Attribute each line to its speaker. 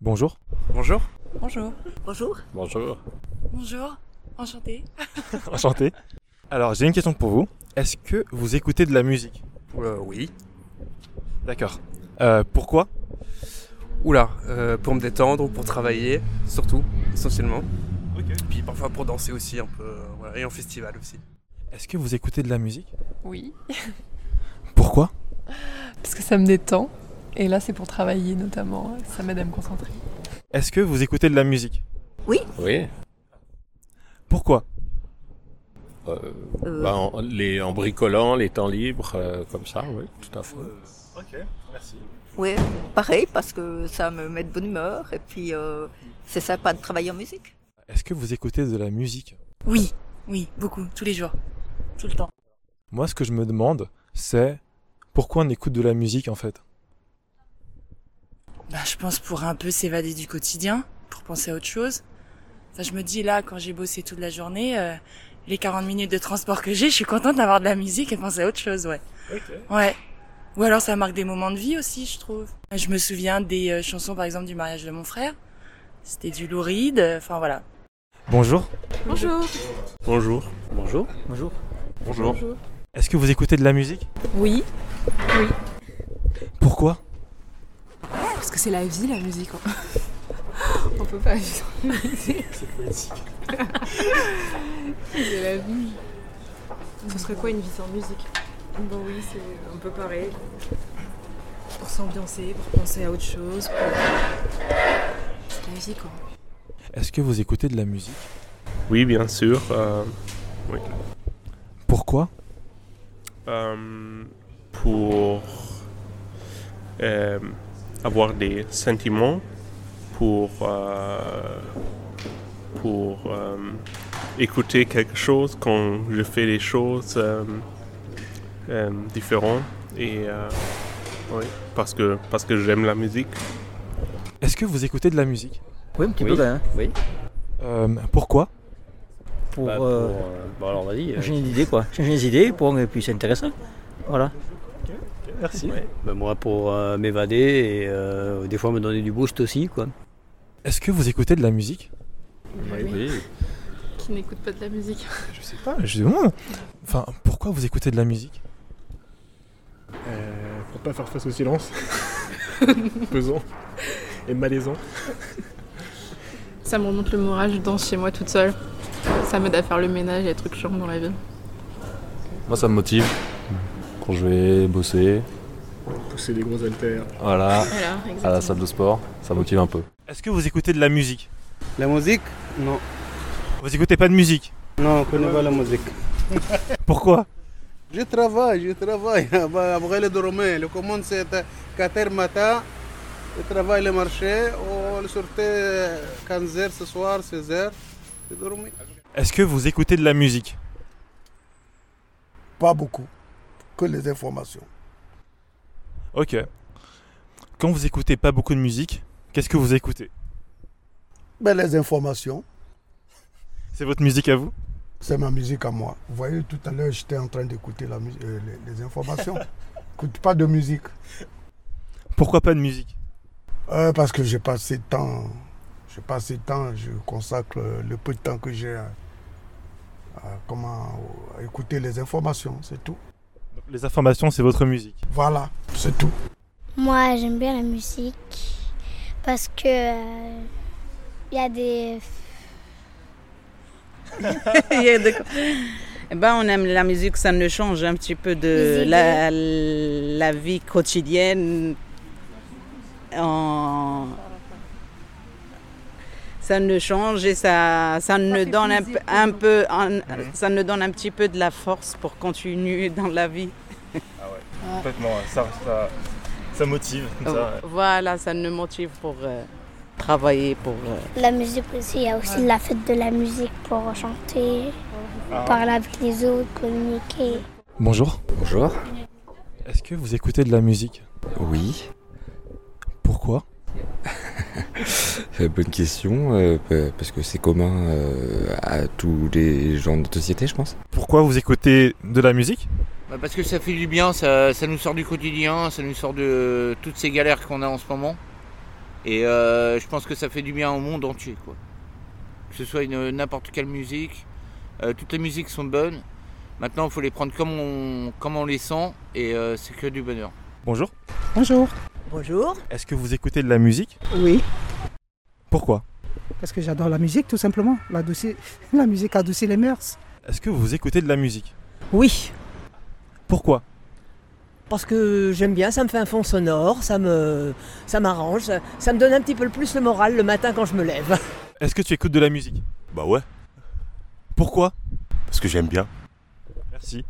Speaker 1: Bonjour.
Speaker 2: Bonjour.
Speaker 3: Bonjour.
Speaker 4: Bonjour.
Speaker 5: Bonjour.
Speaker 3: Bonjour. Enchanté.
Speaker 1: Enchanté. Alors, j'ai une question pour vous. Est-ce que vous écoutez de la musique
Speaker 2: Euh, oui.
Speaker 1: D'accord. Euh, pourquoi
Speaker 2: Oula, euh, pour me détendre, pour travailler, surtout, essentiellement. Puis parfois pour danser aussi un peu, euh, voilà, et en festival aussi.
Speaker 1: Est-ce que vous écoutez de la musique
Speaker 3: Oui.
Speaker 1: Pourquoi
Speaker 3: Parce que ça me détend. Et là, c'est pour travailler notamment. Ça m'aide à me concentrer.
Speaker 1: Est-ce que vous écoutez de la musique
Speaker 5: Oui.
Speaker 1: Pourquoi
Speaker 5: Euh,
Speaker 4: Euh,
Speaker 5: bah, en, les, en bricolant, les temps libres, euh, comme ça, oui, tout à fait.
Speaker 1: Ok, merci.
Speaker 4: ouais, pareil, parce que ça me met de bonne humeur et puis euh, c'est sympa de travailler en musique.
Speaker 1: Est-ce que vous écoutez de la musique
Speaker 6: Oui, oui, beaucoup, tous les jours, tout le temps.
Speaker 1: Moi, ce que je me demande, c'est pourquoi on écoute de la musique en fait
Speaker 6: Bah, je pense pour un peu s'évader du quotidien, pour penser à autre chose. Enfin, je me dis là, quand j'ai bossé toute la journée, euh, les 40 minutes de transport que j'ai, je suis contente d'avoir de la musique et penser à autre chose, ouais. Ouais. Ou alors ça marque des moments de vie aussi, je trouve. Je me souviens des euh, chansons, par exemple, du mariage de mon frère. C'était du louride, euh, enfin voilà.
Speaker 1: Bonjour.
Speaker 3: Bonjour.
Speaker 5: Bonjour. Bonjour.
Speaker 2: Bonjour.
Speaker 1: Est-ce que vous écoutez de la musique
Speaker 7: Oui,
Speaker 1: Pourquoi
Speaker 7: parce que c'est la vie, la musique. hein. On peut pas vivre sans musique. C'est poétique. c'est la vie. Ce serait quoi une vie sans musique Bon oui, c'est un peu pareil. Pour s'ambiancer, pour penser à autre chose. C'est la vie quoi.
Speaker 1: Est-ce que vous écoutez de la musique
Speaker 8: Oui, bien sûr. euh,
Speaker 1: Pourquoi
Speaker 8: euh, pour euh, avoir des sentiments, pour, euh, pour euh, écouter quelque chose quand je fais des choses euh, euh, différentes. Et euh, oui, parce que, parce que j'aime la musique.
Speaker 1: Est-ce que vous écoutez de la musique
Speaker 9: Oui, un petit
Speaker 10: Oui.
Speaker 9: peu quand même.
Speaker 10: Oui.
Speaker 1: Euh, Pourquoi
Speaker 9: Pour
Speaker 10: Bah,
Speaker 9: euh,
Speaker 10: pour, euh, bah, alors, vas-y. euh,
Speaker 9: changer les idées, quoi. Changer les idées, pour, et puis c'est intéressant. Voilà.
Speaker 1: Merci.
Speaker 10: ouais. Bah, moi, pour euh, m'évader et euh, des fois me donner du boost aussi, quoi.
Speaker 1: Est-ce que vous écoutez de la musique
Speaker 10: Oui.
Speaker 7: Qui n'écoute pas de la musique.
Speaker 1: Je sais pas, Ah, je demande. Enfin, pourquoi vous écoutez de la musique
Speaker 8: pour pas faire face au silence. Pesant et malaisant.
Speaker 7: Ça me remonte le moral, je danse chez moi toute seule. Ça m'aide à faire le ménage et à être chiant dans la vie.
Speaker 11: Moi, ça me motive quand je vais bosser,
Speaker 8: Pousser des gros haltères.
Speaker 11: voilà,
Speaker 7: Voilà,
Speaker 11: à la salle de sport. Ça motive un peu.
Speaker 1: Est-ce que vous écoutez de la musique
Speaker 9: La musique Non.
Speaker 1: Vous écoutez pas de musique
Speaker 9: Non, on ne connaît pas la musique.
Speaker 1: Pourquoi
Speaker 9: Je travaille, je travaille. Bah, Après le dormir, le commande c'est à 4h matin. Je travaille le marché. On le sortait 15h ce soir, 16h. Je dormais.
Speaker 1: Est-ce que vous écoutez de la musique
Speaker 9: Pas beaucoup. Que les informations.
Speaker 1: Ok. Quand vous écoutez pas beaucoup de musique, qu'est-ce que vous écoutez
Speaker 9: Ben, les informations,
Speaker 1: C'est votre musique à vous
Speaker 9: c'est ma musique à moi. Vous voyez, tout à l'heure, j'étais en train d'écouter la mus- euh, les, les informations. J'écoute pas de musique.
Speaker 1: Pourquoi pas de musique
Speaker 9: Euh, parce que j'ai pas assez de temps. J'ai pas assez de temps. Je consacre euh, le peu de temps que j'ai à, à comment, à écouter les informations. C'est tout.
Speaker 1: Donc, Les informations, c'est votre musique.
Speaker 9: Voilà, c'est tout.
Speaker 8: Moi, j'aime bien la musique parce que il y a des
Speaker 4: ben, on aime la musique, ça nous change un petit peu de la, la vie quotidienne. En- Ça nous change et ça, ça nous donne un, p- un peu, un- ça nous donne un petit peu de la force pour continuer dans la vie.
Speaker 1: Complètement, ça, ça, motive.
Speaker 4: Voilà, ça nous motive pour euh, travailler, pour euh,
Speaker 8: La musique aussi, il y a aussi la fête de la musique pour chanter, parler avec les autres, communiquer.
Speaker 1: Bonjour.
Speaker 10: Bonjour.
Speaker 1: Est-ce que vous écoutez de la musique
Speaker 11: Oui.
Speaker 1: Pourquoi
Speaker 11: Euh, bonne question, euh, pa- parce que c'est commun euh, à tous les gens de notre société, je pense.
Speaker 1: Pourquoi vous écoutez de la musique
Speaker 6: Bah,
Speaker 9: parce que ça fait du bien, ça, nous sort du quotidien, ça nous sort de toutes ces galères qu'on a en ce moment.
Speaker 6: Et euh, je pense que ça fait du bien au monde entier, quoi. Que ce soit une- n'importe quelle musique, euh, toutes les musiques sont bonnes. Maintenant, il faut les prendre comme on, comme on les sent, et euh, c'est que du bonheur.
Speaker 1: Bonjour.
Speaker 12: Bonjour. Bonjour.
Speaker 1: Est-ce que vous écoutez de la musique
Speaker 12: Oui,
Speaker 1: Pourquoi
Speaker 12: parce que j'adore la musique tout simplement. L'adouci- La musique adoucit les mœurs.
Speaker 1: Est-ce que vous écoutez de la musique
Speaker 7: Oui.
Speaker 1: Pourquoi
Speaker 7: Parce que j'aime bien, ça me fait un fond sonore, ça me, ça m'arrange, ça, ça me donne un petit peu le plus le moral le matin quand je me lève.
Speaker 1: Est-ce que tu écoutes de la musique
Speaker 13: Bah ouais.
Speaker 1: Pourquoi
Speaker 13: Parce que j'aime bien.
Speaker 1: Merci.